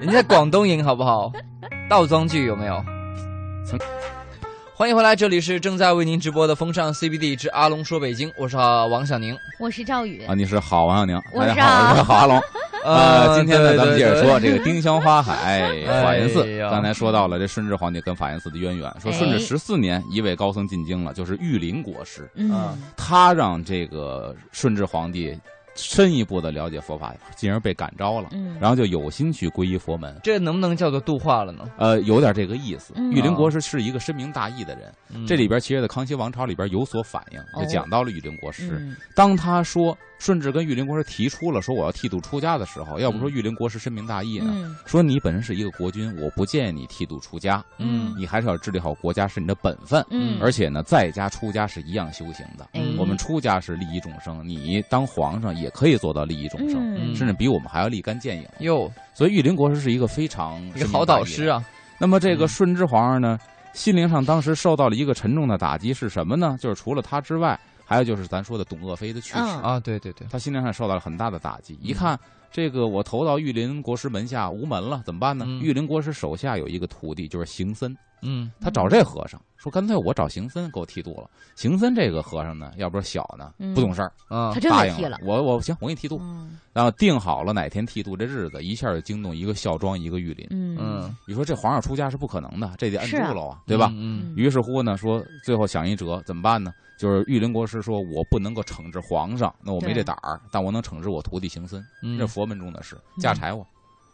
A: 人家广东人好不好？倒装句有没有？欢迎回来，这里是正在为您直播的风尚 CBD 之阿龙说北京，我是啊王小宁。
B: 我是赵宇，
C: 啊，你是好王小宁，
B: 我
C: 大
B: 是啊
C: 家好，我是郝 阿龙。呃，今天
A: 啊
C: 呢，
A: 对
C: 咱们接着，
A: 对对
C: 说这个丁香 花海法源寺
A: 哎。呀
C: 刚才说到了这顺治皇帝跟法源寺的渊源，说顺治
B: 哎
C: 十四年，一位高僧进京了，就是玉林国师，
B: 嗯
A: 啊
C: 他让这个顺治皇帝深一步的了解佛法，进而被感召了，
B: 嗯，
C: 然后就有心去皈依佛门。
A: 这能不能叫做度化了呢？
C: 呃，有点这个意思。
B: 嗯
C: 玉林国师是一个深明大义的人，
A: 哦嗯
C: 这里边其实在康熙王朝里边有所反映，
B: 哦
C: 就讲到了玉林国师。
B: 嗯
C: 当他说顺治跟玉林国师提出了说我要剃度出家的时
A: 嗯
C: 候，要不说玉林国师深明大义呢，
B: 嗯
C: 说你本身是一个国君，我不建议你剃度出家，
A: 嗯
C: 你还是要治理好国家是你的本分。
B: 嗯，
C: 而且呢，在家出家是一样修行的。
B: 哎
A: 嗯
C: 我们出家是利益众生，你当皇上也可以做到利益众生，
B: 嗯
C: 甚至比我们还要立竿见影。
A: 哟，
C: 所以玉林国师是一个非常
A: 一个好导师啊，
C: 啊。那么这
A: 嗯
C: 个顺治皇上呢，心灵上当时受到了一个沉重的打击是什么呢？就是除了他之外，还有就是咱说的董鄂妃的去世，
B: 嗯
A: 啊，对对对，
C: 他心灵上受到了很大的打击。一看这个我投到玉林国师门下无门了，怎么办呢？
A: 嗯
C: 玉林国师手下有一个徒弟就是行僧，
A: 嗯
C: 他找这和尚说：“干脆我找行僧给我剃度了。”行僧这个和尚呢，要不是小呢
B: 嗯
C: 不懂事儿，
A: 啊
B: 他，真
C: 答
B: 给
C: 应
B: 剃了，
C: 我我行，我给你剃度。
B: 嗯
C: 然后定好了哪天剃度这日子，一下就惊动一个孝庄一个玉林。
B: 嗯
A: 嗯，
C: 你说这皇上出家是不可能的，这得摁住
B: 是啊
C: 了啊，对吧？
A: 嗯，
B: 嗯
C: 于是乎呢，说最后想一辙，怎么办呢？就是玉林国师说，我不能够惩治皇上，那我
B: 对
C: 没这胆儿，但我能惩治我徒弟行僧，
A: 嗯
C: 这是佛门中的事。嫁柴我，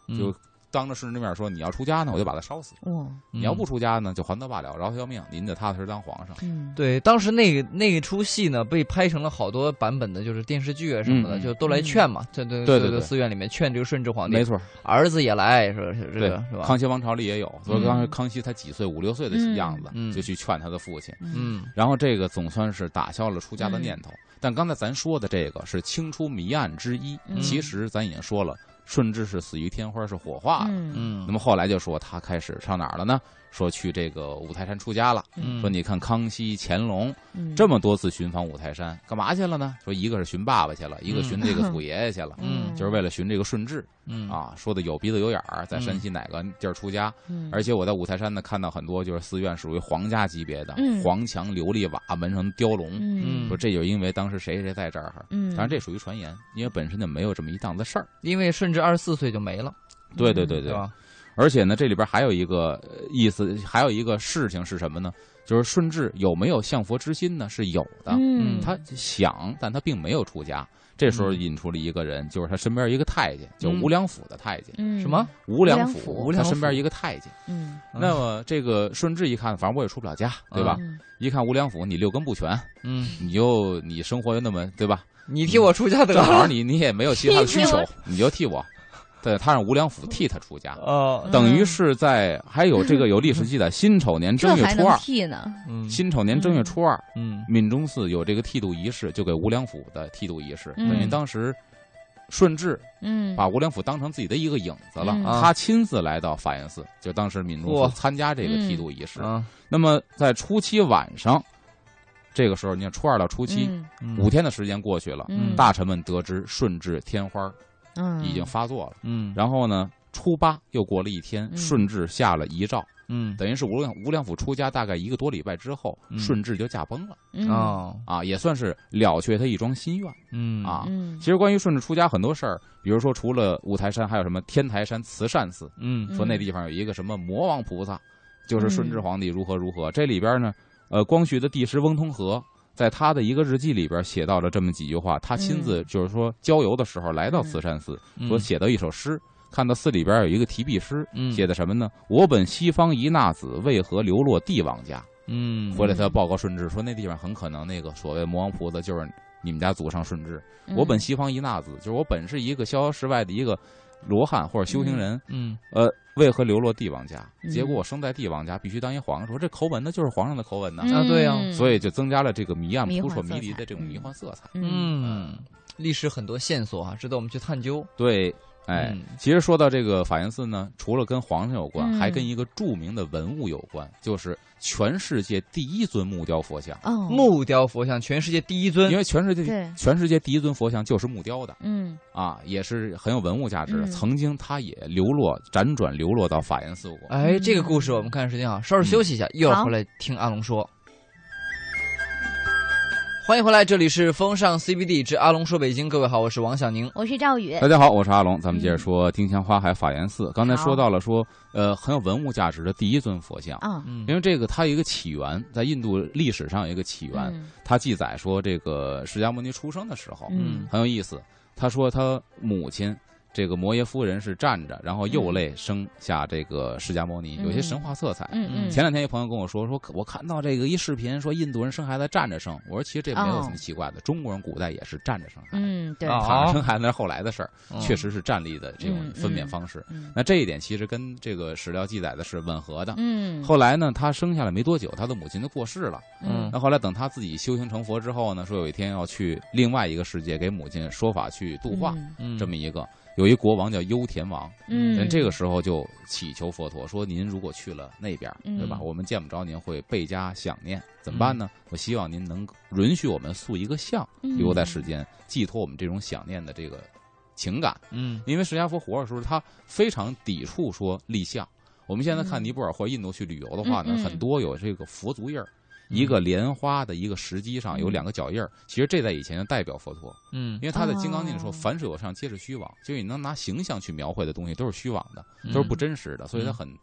A: 嗯
C: 就当着顺治面说，你要出家呢，我就把他烧死；
B: 哦
A: 嗯
C: 你要不出家呢，就还他罢了，饶他条命，您就踏踏实实当皇上。啊
B: 嗯
A: 对，当时那个那一出戏呢，被拍成了好多版本的，就是电视剧啊什么的，
C: 嗯嗯
A: 就都来劝嘛，对对
C: 对
A: 各
C: 对
A: 个
C: 对
A: 寺院里面劝这个顺治皇
C: 没
A: 帝，
C: 错，
A: 儿子也来，是是这
C: 对
A: 个是，吧？
C: 康熙王朝里也有，所以当时康熙才几岁，五六岁的样子
A: 嗯，
C: 就去劝他的父亲。
B: 嗯
A: 嗯
C: 然后这个总算是打消了出家的念头。但刚才咱说的这个是清初谜案之一，
B: 嗯
C: 其实咱已经说了，顺治是死于天花，是火化的。
B: 嗯
A: 嗯，
C: 那么后来就说他开始上哪儿了呢？说去这个五台山出家了。
A: 嗯
C: 说你看康熙、乾隆
B: 嗯
C: 这么多次寻访五台山，干嘛去了呢？说一个是寻爸爸去了，一个
A: 嗯
C: 寻这个祖爷爷 去了，
B: 哦
A: 嗯
C: 就是为了寻这个顺治
A: 嗯，
C: 啊。说的有鼻子有眼儿，在山西哪个地儿出家？
B: 嗯
C: 而且我在五台山呢看到很多就是寺院属于皇家级别的，
B: 嗯
C: 黄墙琉璃瓦，门上雕龙。
B: 嗯
C: 说这就是因为当时谁谁在这儿，
B: 嗯，
C: 当然这属于传言，因为本身就没有这么一档子事儿。
A: 因为顺治二十四岁就没了，
B: 嗯
C: 对对对
A: 对吧？
C: 而且呢，这里边还有一个呃意思，还有一个事情是什么呢？就是顺治有没有向佛之心呢？是有的，
B: 嗯
C: 啊他想，但他并没有出家。这时候
A: 嗯
C: 引出了一个人，就是他身边一个太监，叫
A: 嗯
C: 吴良辅的太监。
B: 嗯
A: 什么？
C: 吴良
B: 良辅
A: 吴
C: 他
A: 良
C: 身边
A: 辅
C: 一个太监。
B: 嗯
A: 嗯
C: 那么这个顺治一看，反正我也出不了家，对吧？
B: 嗯
C: 一看吴良辅，你六根不全，
A: 嗯，
C: 你又你生活又那么对吧？
A: 你替我出家得
C: 正好
A: 了，
C: 你你也没有其他的需求
B: 替，
C: 你就替我。对，他让吴良辅替他出家，
A: 哦，
C: 等于是在还有这个有历史记载，辛丑年
B: 这
C: 正月
B: 还
C: 初
B: 能
C: 二，
B: 剃呢？
A: 嗯
C: 辛丑年正月初二，
A: 嗯
C: 闽中寺有这个剃度仪式，就给吴良辅的剃度仪式，
B: 嗯
C: 等于当时顺治
B: 嗯，
C: 把吴良辅当成自己的一个影子了
B: 嗯，
A: 啊
C: 他亲自来到法源寺，就当时闽中
A: 嚯
C: 寺参加这个剃度仪
B: 嗯
C: 式。
A: 啊，
C: 那么在初七晚上，这个时候你看初二到初七。
B: 嗯
A: 嗯
C: 五天的时间过去了，
B: 嗯
C: 大臣们得知顺治天花
B: 嗯
C: 已经发作了。
A: 嗯
C: 然后呢，初八又过了一天，
B: 嗯
C: 顺治下了遗诏，
A: 嗯
C: 等于是吴良吴良辅出家大概一个多礼拜之后，
A: 嗯
C: 顺治就驾崩了
B: 嗯
A: 哦
C: 啊，也算是了却他一桩心愿
A: 嗯
C: 啊。
B: 嗯
C: 其实关于顺治出家很多事儿，比如说除了五台山，还有什么天台山慈善寺，
A: 嗯
C: 说那
B: 嗯
C: 地方有一个什么魔王菩萨，就是顺治
B: 嗯
C: 皇帝如何如何。这里边呢，呃，光绪的帝师翁同龢在他的一个日记里边写到了这么几句话，他亲
B: 嗯
C: 自就是说郊游的时候来到慈善寺，说写到一首诗，看到寺里边有一个题壁诗。
A: 嗯
C: 写的什么呢？我本西方一纳子，为何流落帝王家？
A: 嗯
C: 回来他报告顺治说，那地方很可能那个所谓魔王菩萨就是你们家祖上顺治。我
B: 嗯
C: 本西方一纳子，就是我本是一个逍遥世外的一个罗汉或者修行人，
A: 嗯
C: 呃，为何流落帝王家？
B: 嗯
C: 结果我生在帝王家，必须当一皇上。说这口吻呢，就是皇上的口吻呢，
A: 啊对呀
B: 嗯
C: 所以就增加了这个谜案
B: 迷
C: 扑
B: 幻
C: 朔
B: 色
C: 迷离
B: 彩
C: 的这种
B: 嗯
C: 迷幻色彩。
B: 嗯
A: 嗯，历史很多线索啊，值得我们去探究。
C: 对，哎，
A: 嗯
C: 其实说到这个法源寺呢，除了跟皇上有关，
B: 嗯
C: 还跟一个著名的文物有关，就是全世界第一尊木雕佛像。
B: 哦
A: 木雕佛像，全世界第一尊
C: 因，为全世界
B: 对
C: 全世界第一尊佛像就是木雕的
B: 嗯
C: 啊，也是很有文物价值的。
B: 嗯
C: 曾经它也流落辗转流落到法源寺过。
A: 哎，这个故事我们看时间
B: 嗯
A: 啊，稍事休息一下，一会儿回来听阿龙说。欢迎回来，这里是风尚 CBD 之阿龙说北京。各位好，我是王小宁。
B: 我是赵宇
C: 大家好，我是阿龙，咱们接
B: 嗯
C: 着说丁香花海法源寺。刚才说到了说，呃，很有文物价值的第一尊佛像，
B: 啊，
A: 嗯
C: 因为这个它有一个起源，在印度历史上有一个起源，
B: 嗯
C: 它记载说这个释迦牟尼出生的时候，
B: 嗯
C: 很有意思。他说他母亲这个摩耶夫人是站着，然后
B: 嗯
C: 右肋生下这个释迦牟尼，有些神话色彩。
B: 嗯嗯，
C: 前两天有朋友跟我说，说我看到这个一视频，说印度人生孩子站着生。我说其实这没有什么奇怪的，中国人古代也是站着生孩子，
B: 哦嗯对，
A: 啊
C: 躺着生孩子是后来的事儿，
A: 嗯
C: 确实是站立的这种分娩方式。
B: 嗯
C: 那这一点其实跟这个史料记载的是吻合的。
B: 嗯
C: 后来呢，他生下来没多久，他的母亲就过世了。
A: 嗯
C: 那后来等他自己修行成佛之后呢，说有一天要去另外一个世界给母亲说法去度化，
A: 嗯
C: 这么一个有一国王叫优田王，
B: 嗯，
C: 人这个时候就祈求佛陀说：“您如果去了那边，
B: 嗯
C: 对吧？我们见不着您会倍加想念，怎么办呢？
B: 嗯
C: 我希望您能允许我们塑一个像留在世间，寄托我们这种想念的这个情感。
A: 嗯
C: 因为释迦佛活着的时候，他非常抵触说立像。我们现在看
B: 嗯
C: 尼泊尔或印度去旅游的话呢，
B: 嗯嗯
C: 很多有这个佛足印儿，
A: 嗯
C: 一个莲花的一个石基上有
B: 嗯
C: 两个脚印儿。其实这在以前就代表佛陀，
A: 嗯
C: 因为他在《金刚经》里说
B: 哦
C: “凡水有上，皆是虚妄”，就是你能拿形象去描绘的东西都是虚妄的，
A: 嗯
C: 都是不真实的，所以他很
B: 就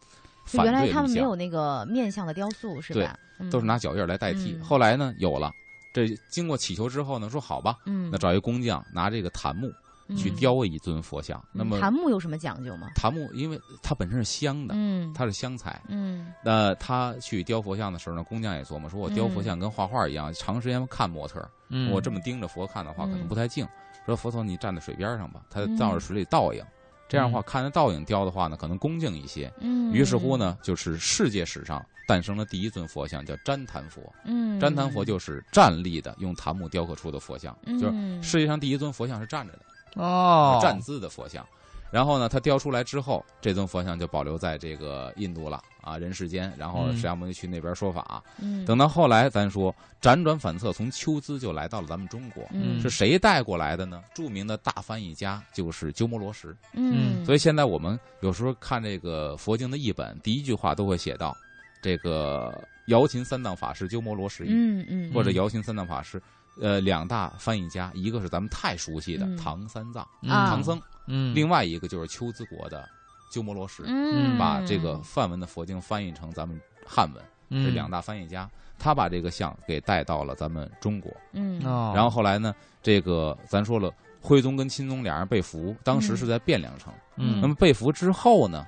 C: 反
B: 原来
C: 对
B: 他们
C: 立
B: 没
C: 像
B: 有，那个面向的雕塑是吧？嗯
C: 都是拿脚印儿来代替。
B: 嗯
C: 后来呢，有了这经过祈求之后呢，说好吧，
B: 嗯
C: 那找一工匠拿这个檀木去
B: 嗯
C: 雕一尊佛像。那
B: 嗯
C: 么
B: 檀木有什么讲究吗？
C: 檀木因为它本身是香的，
B: 嗯，
C: 它是香材。
B: 嗯
C: 那他去雕佛像的时候呢，工匠也琢磨说，我雕佛像跟画画一样，长时间看模特儿，
A: 嗯
C: 我这么盯着佛看的话，可能
B: 嗯
C: 不太静。说佛陀，你站在水边上吧，他
B: 嗯
C: 倒着水里倒影，这样的话
A: 嗯
C: 看着倒影雕的话呢，可能恭敬一些。
B: 嗯，
C: 于是乎呢，就是世界史上诞生了第一尊佛像，叫旃檀佛。
B: 嗯，
C: 旃檀佛就是站立的，用檀木雕刻出的佛像，就是
B: 嗯
C: 世界上第一尊佛像是站着的。
A: 哦
C: 站姿的佛像。然后呢，他雕出来之后，这尊佛像就保留在这个印度了啊，人世间。然后
A: 嗯
C: 释迦牟尼去那边说法。啊
B: 嗯
C: 等到后来，咱说辗转反侧，从秋兹就来到了咱们中国。
B: 嗯
C: 是谁带过来的呢？著名的大翻译家就是鸠摩罗什。
B: 嗯，
C: 所
B: 以
C: 以现在我们有时候看这个佛经的译本，第一句话都会写到这个瑶琴三藏法师鸠摩罗什译。
B: 嗯嗯
C: 或者姚琴三藏法师，呃，两大翻译家，一个是咱们太熟悉的
B: 嗯
C: 唐三藏、
A: 嗯
B: 啊
C: 唐僧，
A: 嗯
C: 另外一个就是秋兹国的鸠摩罗什，
B: 嗯嗯
C: 把这个梵文的佛经翻译成咱们汉文，这两
A: 大
C: 大翻译家，他把这个像给带到了咱们中国。
B: 嗯
A: 哦，
C: 然后后来呢，这个咱说了，徽宗跟钦宗两人被俘，当时
B: 嗯
C: 是在汴梁城。
A: 嗯
C: 那么被俘之后呢，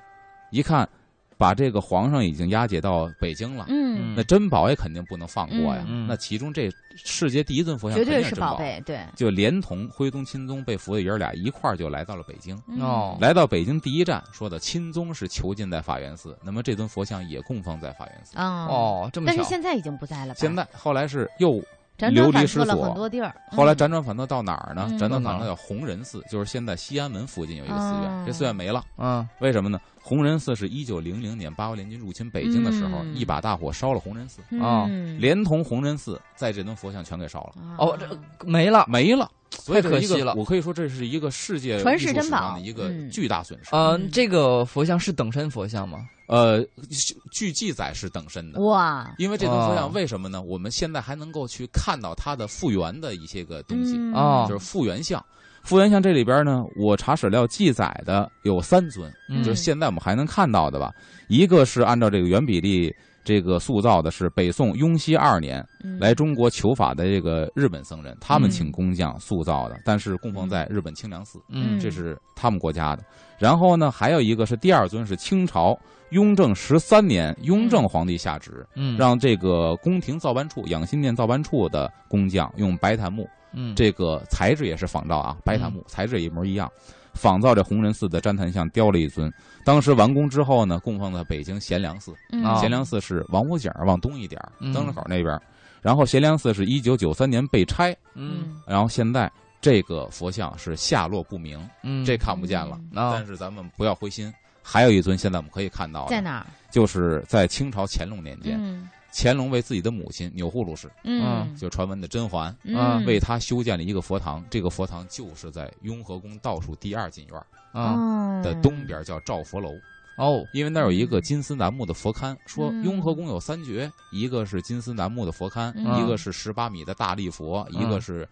C: 一看把这个皇上已经押解到北京了，
B: 嗯
C: 那珍宝也肯定不能放过呀。
A: 嗯
C: 那其中这世界第一尊佛像
B: 绝
C: 肯
B: 对
C: 定是珍
B: 宝，贝，对
C: 就连同徽宗、钦宗被俘的爷儿俩一块儿就来到了北京。
B: 嗯
A: 哦
C: 来到北京第一站，说的钦宗是囚禁在法源寺，那么这尊佛像也供奉在法源寺。
B: 啊，
A: 哦这么
B: 但是
A: 巧，
B: 现在已经不在了吧？
C: 现在后来是又
B: 辗
C: 流
B: 转
C: 离
B: 反
C: 失
B: 侧了很
C: 所，
B: 多地儿，
C: 后来辗转反侧到哪儿呢？
B: 嗯
C: 辗转
A: 到
C: 反
A: 哪儿
C: 侧到弘仁寺，就是现在西安门附近有一个寺
B: 哦
C: 院，这寺院没了。
A: 嗯
C: 为什么呢？弘仁寺是一九零零年八国联军入侵北京的时候，
B: 嗯
C: 一把大火烧了弘仁寺，
B: 嗯
A: 哦
B: 嗯
C: 连同弘仁寺在这尊佛像全给烧了，
A: 哦这没了
C: 没了。所以
A: 太
C: 这是
A: 可
C: 一个
A: 惜了
C: 我可以说这是一个世界
B: 传
C: 艺
B: 世
C: 术
B: 珍
C: 史
B: 宝
C: 上的一个
B: 嗯
C: 巨大损失。
A: 呃
B: 嗯
A: 这个佛像是等身佛像吗？
C: 啊呃，据记载是等身的。
B: 哇，
C: 因为这尊佛像
A: 哦
C: 为什么呢？我们现在还能够去看到它的复原的一些个东西，
B: 嗯
A: 哦
C: 就是复原像。复原像这里边呢，我查史料记载的有三尊，
A: 嗯
C: 就是现在我们还能看到的吧。一个是按照这个原比例这个塑造的，是北宋雍熙二年
B: 嗯
C: 来中国求法的这个日本僧人，他们
B: 嗯
C: 请工匠塑造的，但是供奉在日本清凉寺，
A: 嗯
B: 嗯
C: 这是他们国家的。然后呢，还有一个是第二尊是清朝雍正十三年雍正皇帝下旨，
A: 嗯
C: 让这个宫廷造办处养心殿造办处的工匠用白檀木，
A: 嗯
C: 这个材质也是仿照啊，白檀
B: 嗯
C: 木材质也一模一样。仿造这弘仁寺的旃檀像雕了一尊，当时完工之后呢，供奉在北京贤良寺。
B: 嗯
A: 啊
C: 贤良寺是王府井儿往东一点儿，
A: 嗯
C: 灯市口那边儿。然后贤良寺是一九九三年被拆，
A: 嗯
C: 然后现在这个佛像是下落不明，
A: 嗯
C: 这看不见了。
A: 啊
C: 但是咱们不要灰心，还有一尊现在我们可以看到的，
B: 在哪儿？
C: 就是在清朝乾隆年间，
B: 嗯
C: 乾隆为自己的母亲钮祜禄氏，
A: 嗯
C: 就是传闻的甄嬛，
B: 嗯
A: 啊
C: 为她修建了一个佛堂，这个佛堂就是在雍和宫倒数第二进院儿
B: 嗯
A: 啊
B: 哦
C: 的东边叫照佛楼。
A: 哦
C: 因为那儿有一个金丝楠木的佛龛，说
B: 嗯
C: 雍和宫有三绝，一个是金丝楠木的佛龛，
B: 嗯
C: 一个是十八米的大力佛，
A: 嗯
C: 一个是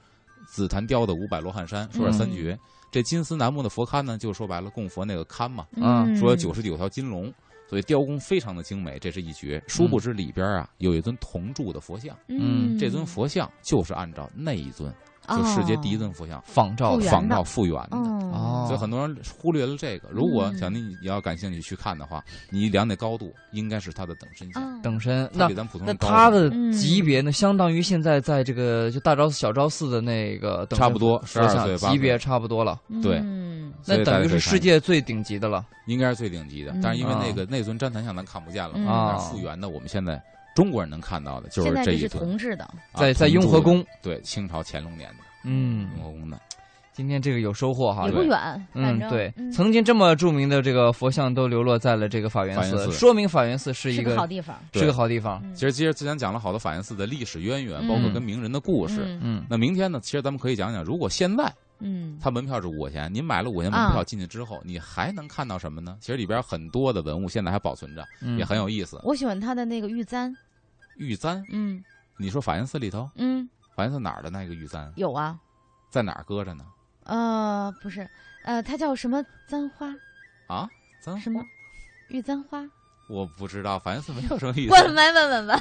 C: 紫檀雕的五百罗汉山，说是三绝。
B: 嗯
C: 这金丝楠木的佛龛呢，就说白了供佛那个龛嘛，
A: 啊
B: 嗯，
C: 说九十九条金龙。所以雕工非常的精美，这是一绝。殊不知里边啊有一尊铜铸的佛像，
B: 嗯，
C: 这尊佛像就是按照那一尊就世界第一
B: 哦
C: 尊佛嗯像，
A: 仿照
B: 复
A: 的
B: 原
C: 仿
B: 的
C: 照复原的。
B: 哦，
A: 哦
C: 所以很多人忽略了这个。如果
B: 嗯
C: 想你你要感兴趣去看的话，你量那高度应该是它的等身像，
B: 哦
A: 等身。
C: 它
A: 那
C: 比咱普通
A: 那
C: 人高
A: 它
C: 得多
A: 的
B: 嗯
A: 级别呢，相当于现在在这个就大昭寺、小昭寺的那个等身
C: 差不多
A: 佛
C: 12
A: 像
C: 岁八
A: 级
C: 岁
A: 别差不多了，
C: 对
B: 嗯
C: 所以
A: 那
C: 大家
A: 等于是
C: 可以
A: 世
C: 看
A: 界最顶级的了。
C: 应该是最顶级的
B: 嗯。
C: 但是因为那
A: 啊
C: 个那尊瞻坛像咱看不见了
A: 啊
C: 嘛，嗯但是复原的我们现在中国人能看到的就
B: 现在
C: 这
B: 这
C: 一
B: 是
C: 尊，
B: 铜制的，
C: 啊
A: 在在
C: 铜
A: 雍
C: 铸
A: 和
C: 的
A: 宫，
C: 对清朝乾隆年的雍
A: 嗯，
C: 和宫的，
A: 今天这个有收获哈
B: 也。不
C: 对
B: 远，反
A: 嗯，
B: 正
A: 对，曾经这么著名的这个佛像都流落在了这个法源
C: 法源
A: 寺，
C: 寺
A: 说明法源寺是一
B: 是
A: 个啊
B: 个好地方。
A: 是个好地方。
B: 嗯
C: 其实其实之前讲了好多法源寺的历史渊源，包括
A: 嗯
C: 跟名人的故事。
B: 嗯
A: 嗯
C: 那明天呢？其实咱们可以讲讲，如果现在
B: 嗯，
C: 它门票是五块钱，您买了五块钱
B: 啊
C: 门票进去之后，你还能看到什么呢？其实里边很多的文物现在还保存着，
A: 嗯，
C: 也很有意思。
B: 我喜欢它的那个玉簪，
C: 玉簪，
B: 嗯
C: 你说法源寺里头，
B: 嗯，
C: 法源寺哪儿的那个玉簪
B: 有啊，
C: 在哪儿搁着呢？
B: 呃，不是，呃，它叫什么簪花？
C: 啊，簪
B: 什么？玉簪花？
C: 我不知道，法源寺没有什么玉
B: 问
C: 簪。
B: 问问问问，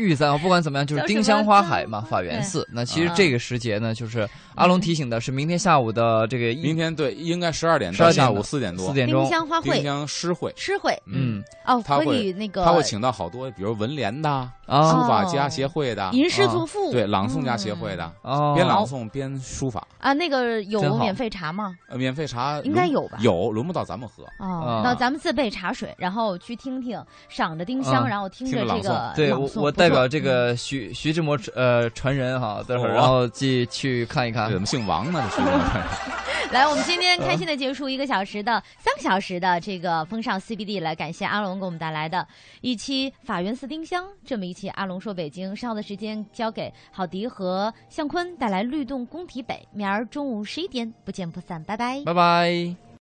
A: 玉簪，不管怎么样，就是
B: 叫什
A: 丁
B: 么
A: 香花
B: 簪
A: 海嘛，
B: 花
A: 法源
B: 对
A: 寺。那其实
B: 啊
A: 这个时节呢，就是阿龙提醒的是明天下午的这个一
C: 明天对，应该十二点
A: 12
C: 到
A: 点
C: 下午
A: 的
C: 四点多
A: 四，点
B: 丁
A: 钟，
B: 香花
C: 丁
B: 卉，
C: 香诗会，
B: 诗会
A: 嗯
B: 哦，
C: 他会
B: 以那个
C: 他会请到好多，比如文联的、书
A: 啊
B: 哦
C: 法家协会的、
B: 吟诗
A: 啊
B: 作赋，嗯
C: 对朗诵家协会的，
A: 哦，
C: 边朗诵边书法，
B: 啊，那个
A: 真
B: 有
A: 好
B: 免费茶吗？
C: 呃，免费茶
B: 应该
C: 轮
B: 有吧
C: 有轮不到咱们喝，
A: 啊
B: 哦，那咱们自备茶水，然后去听听，赏着丁
A: 啊
B: 香，然后听
C: 听
B: 着
C: 着
B: 这
C: 朗
B: 个
A: 对
B: 朗
A: 我，
B: 诵
A: 我
B: 不
A: 代
B: 错嗯
A: 表这个徐徐志摩呃传人哈，待会儿
C: 好啊
A: 然后去去看一看
C: 这。怎么姓王呢？这是
B: 来，我们今天开心的结束一个小时的、三个小时的这个风尚 CBD，来感谢阿龙给我们带来的一期法源寺丁香这么一期阿龙说北京。稍后的时间交给郝迪和向坤带来律动工体北，明儿中午十一点不见不散，拜拜。
A: 拜拜。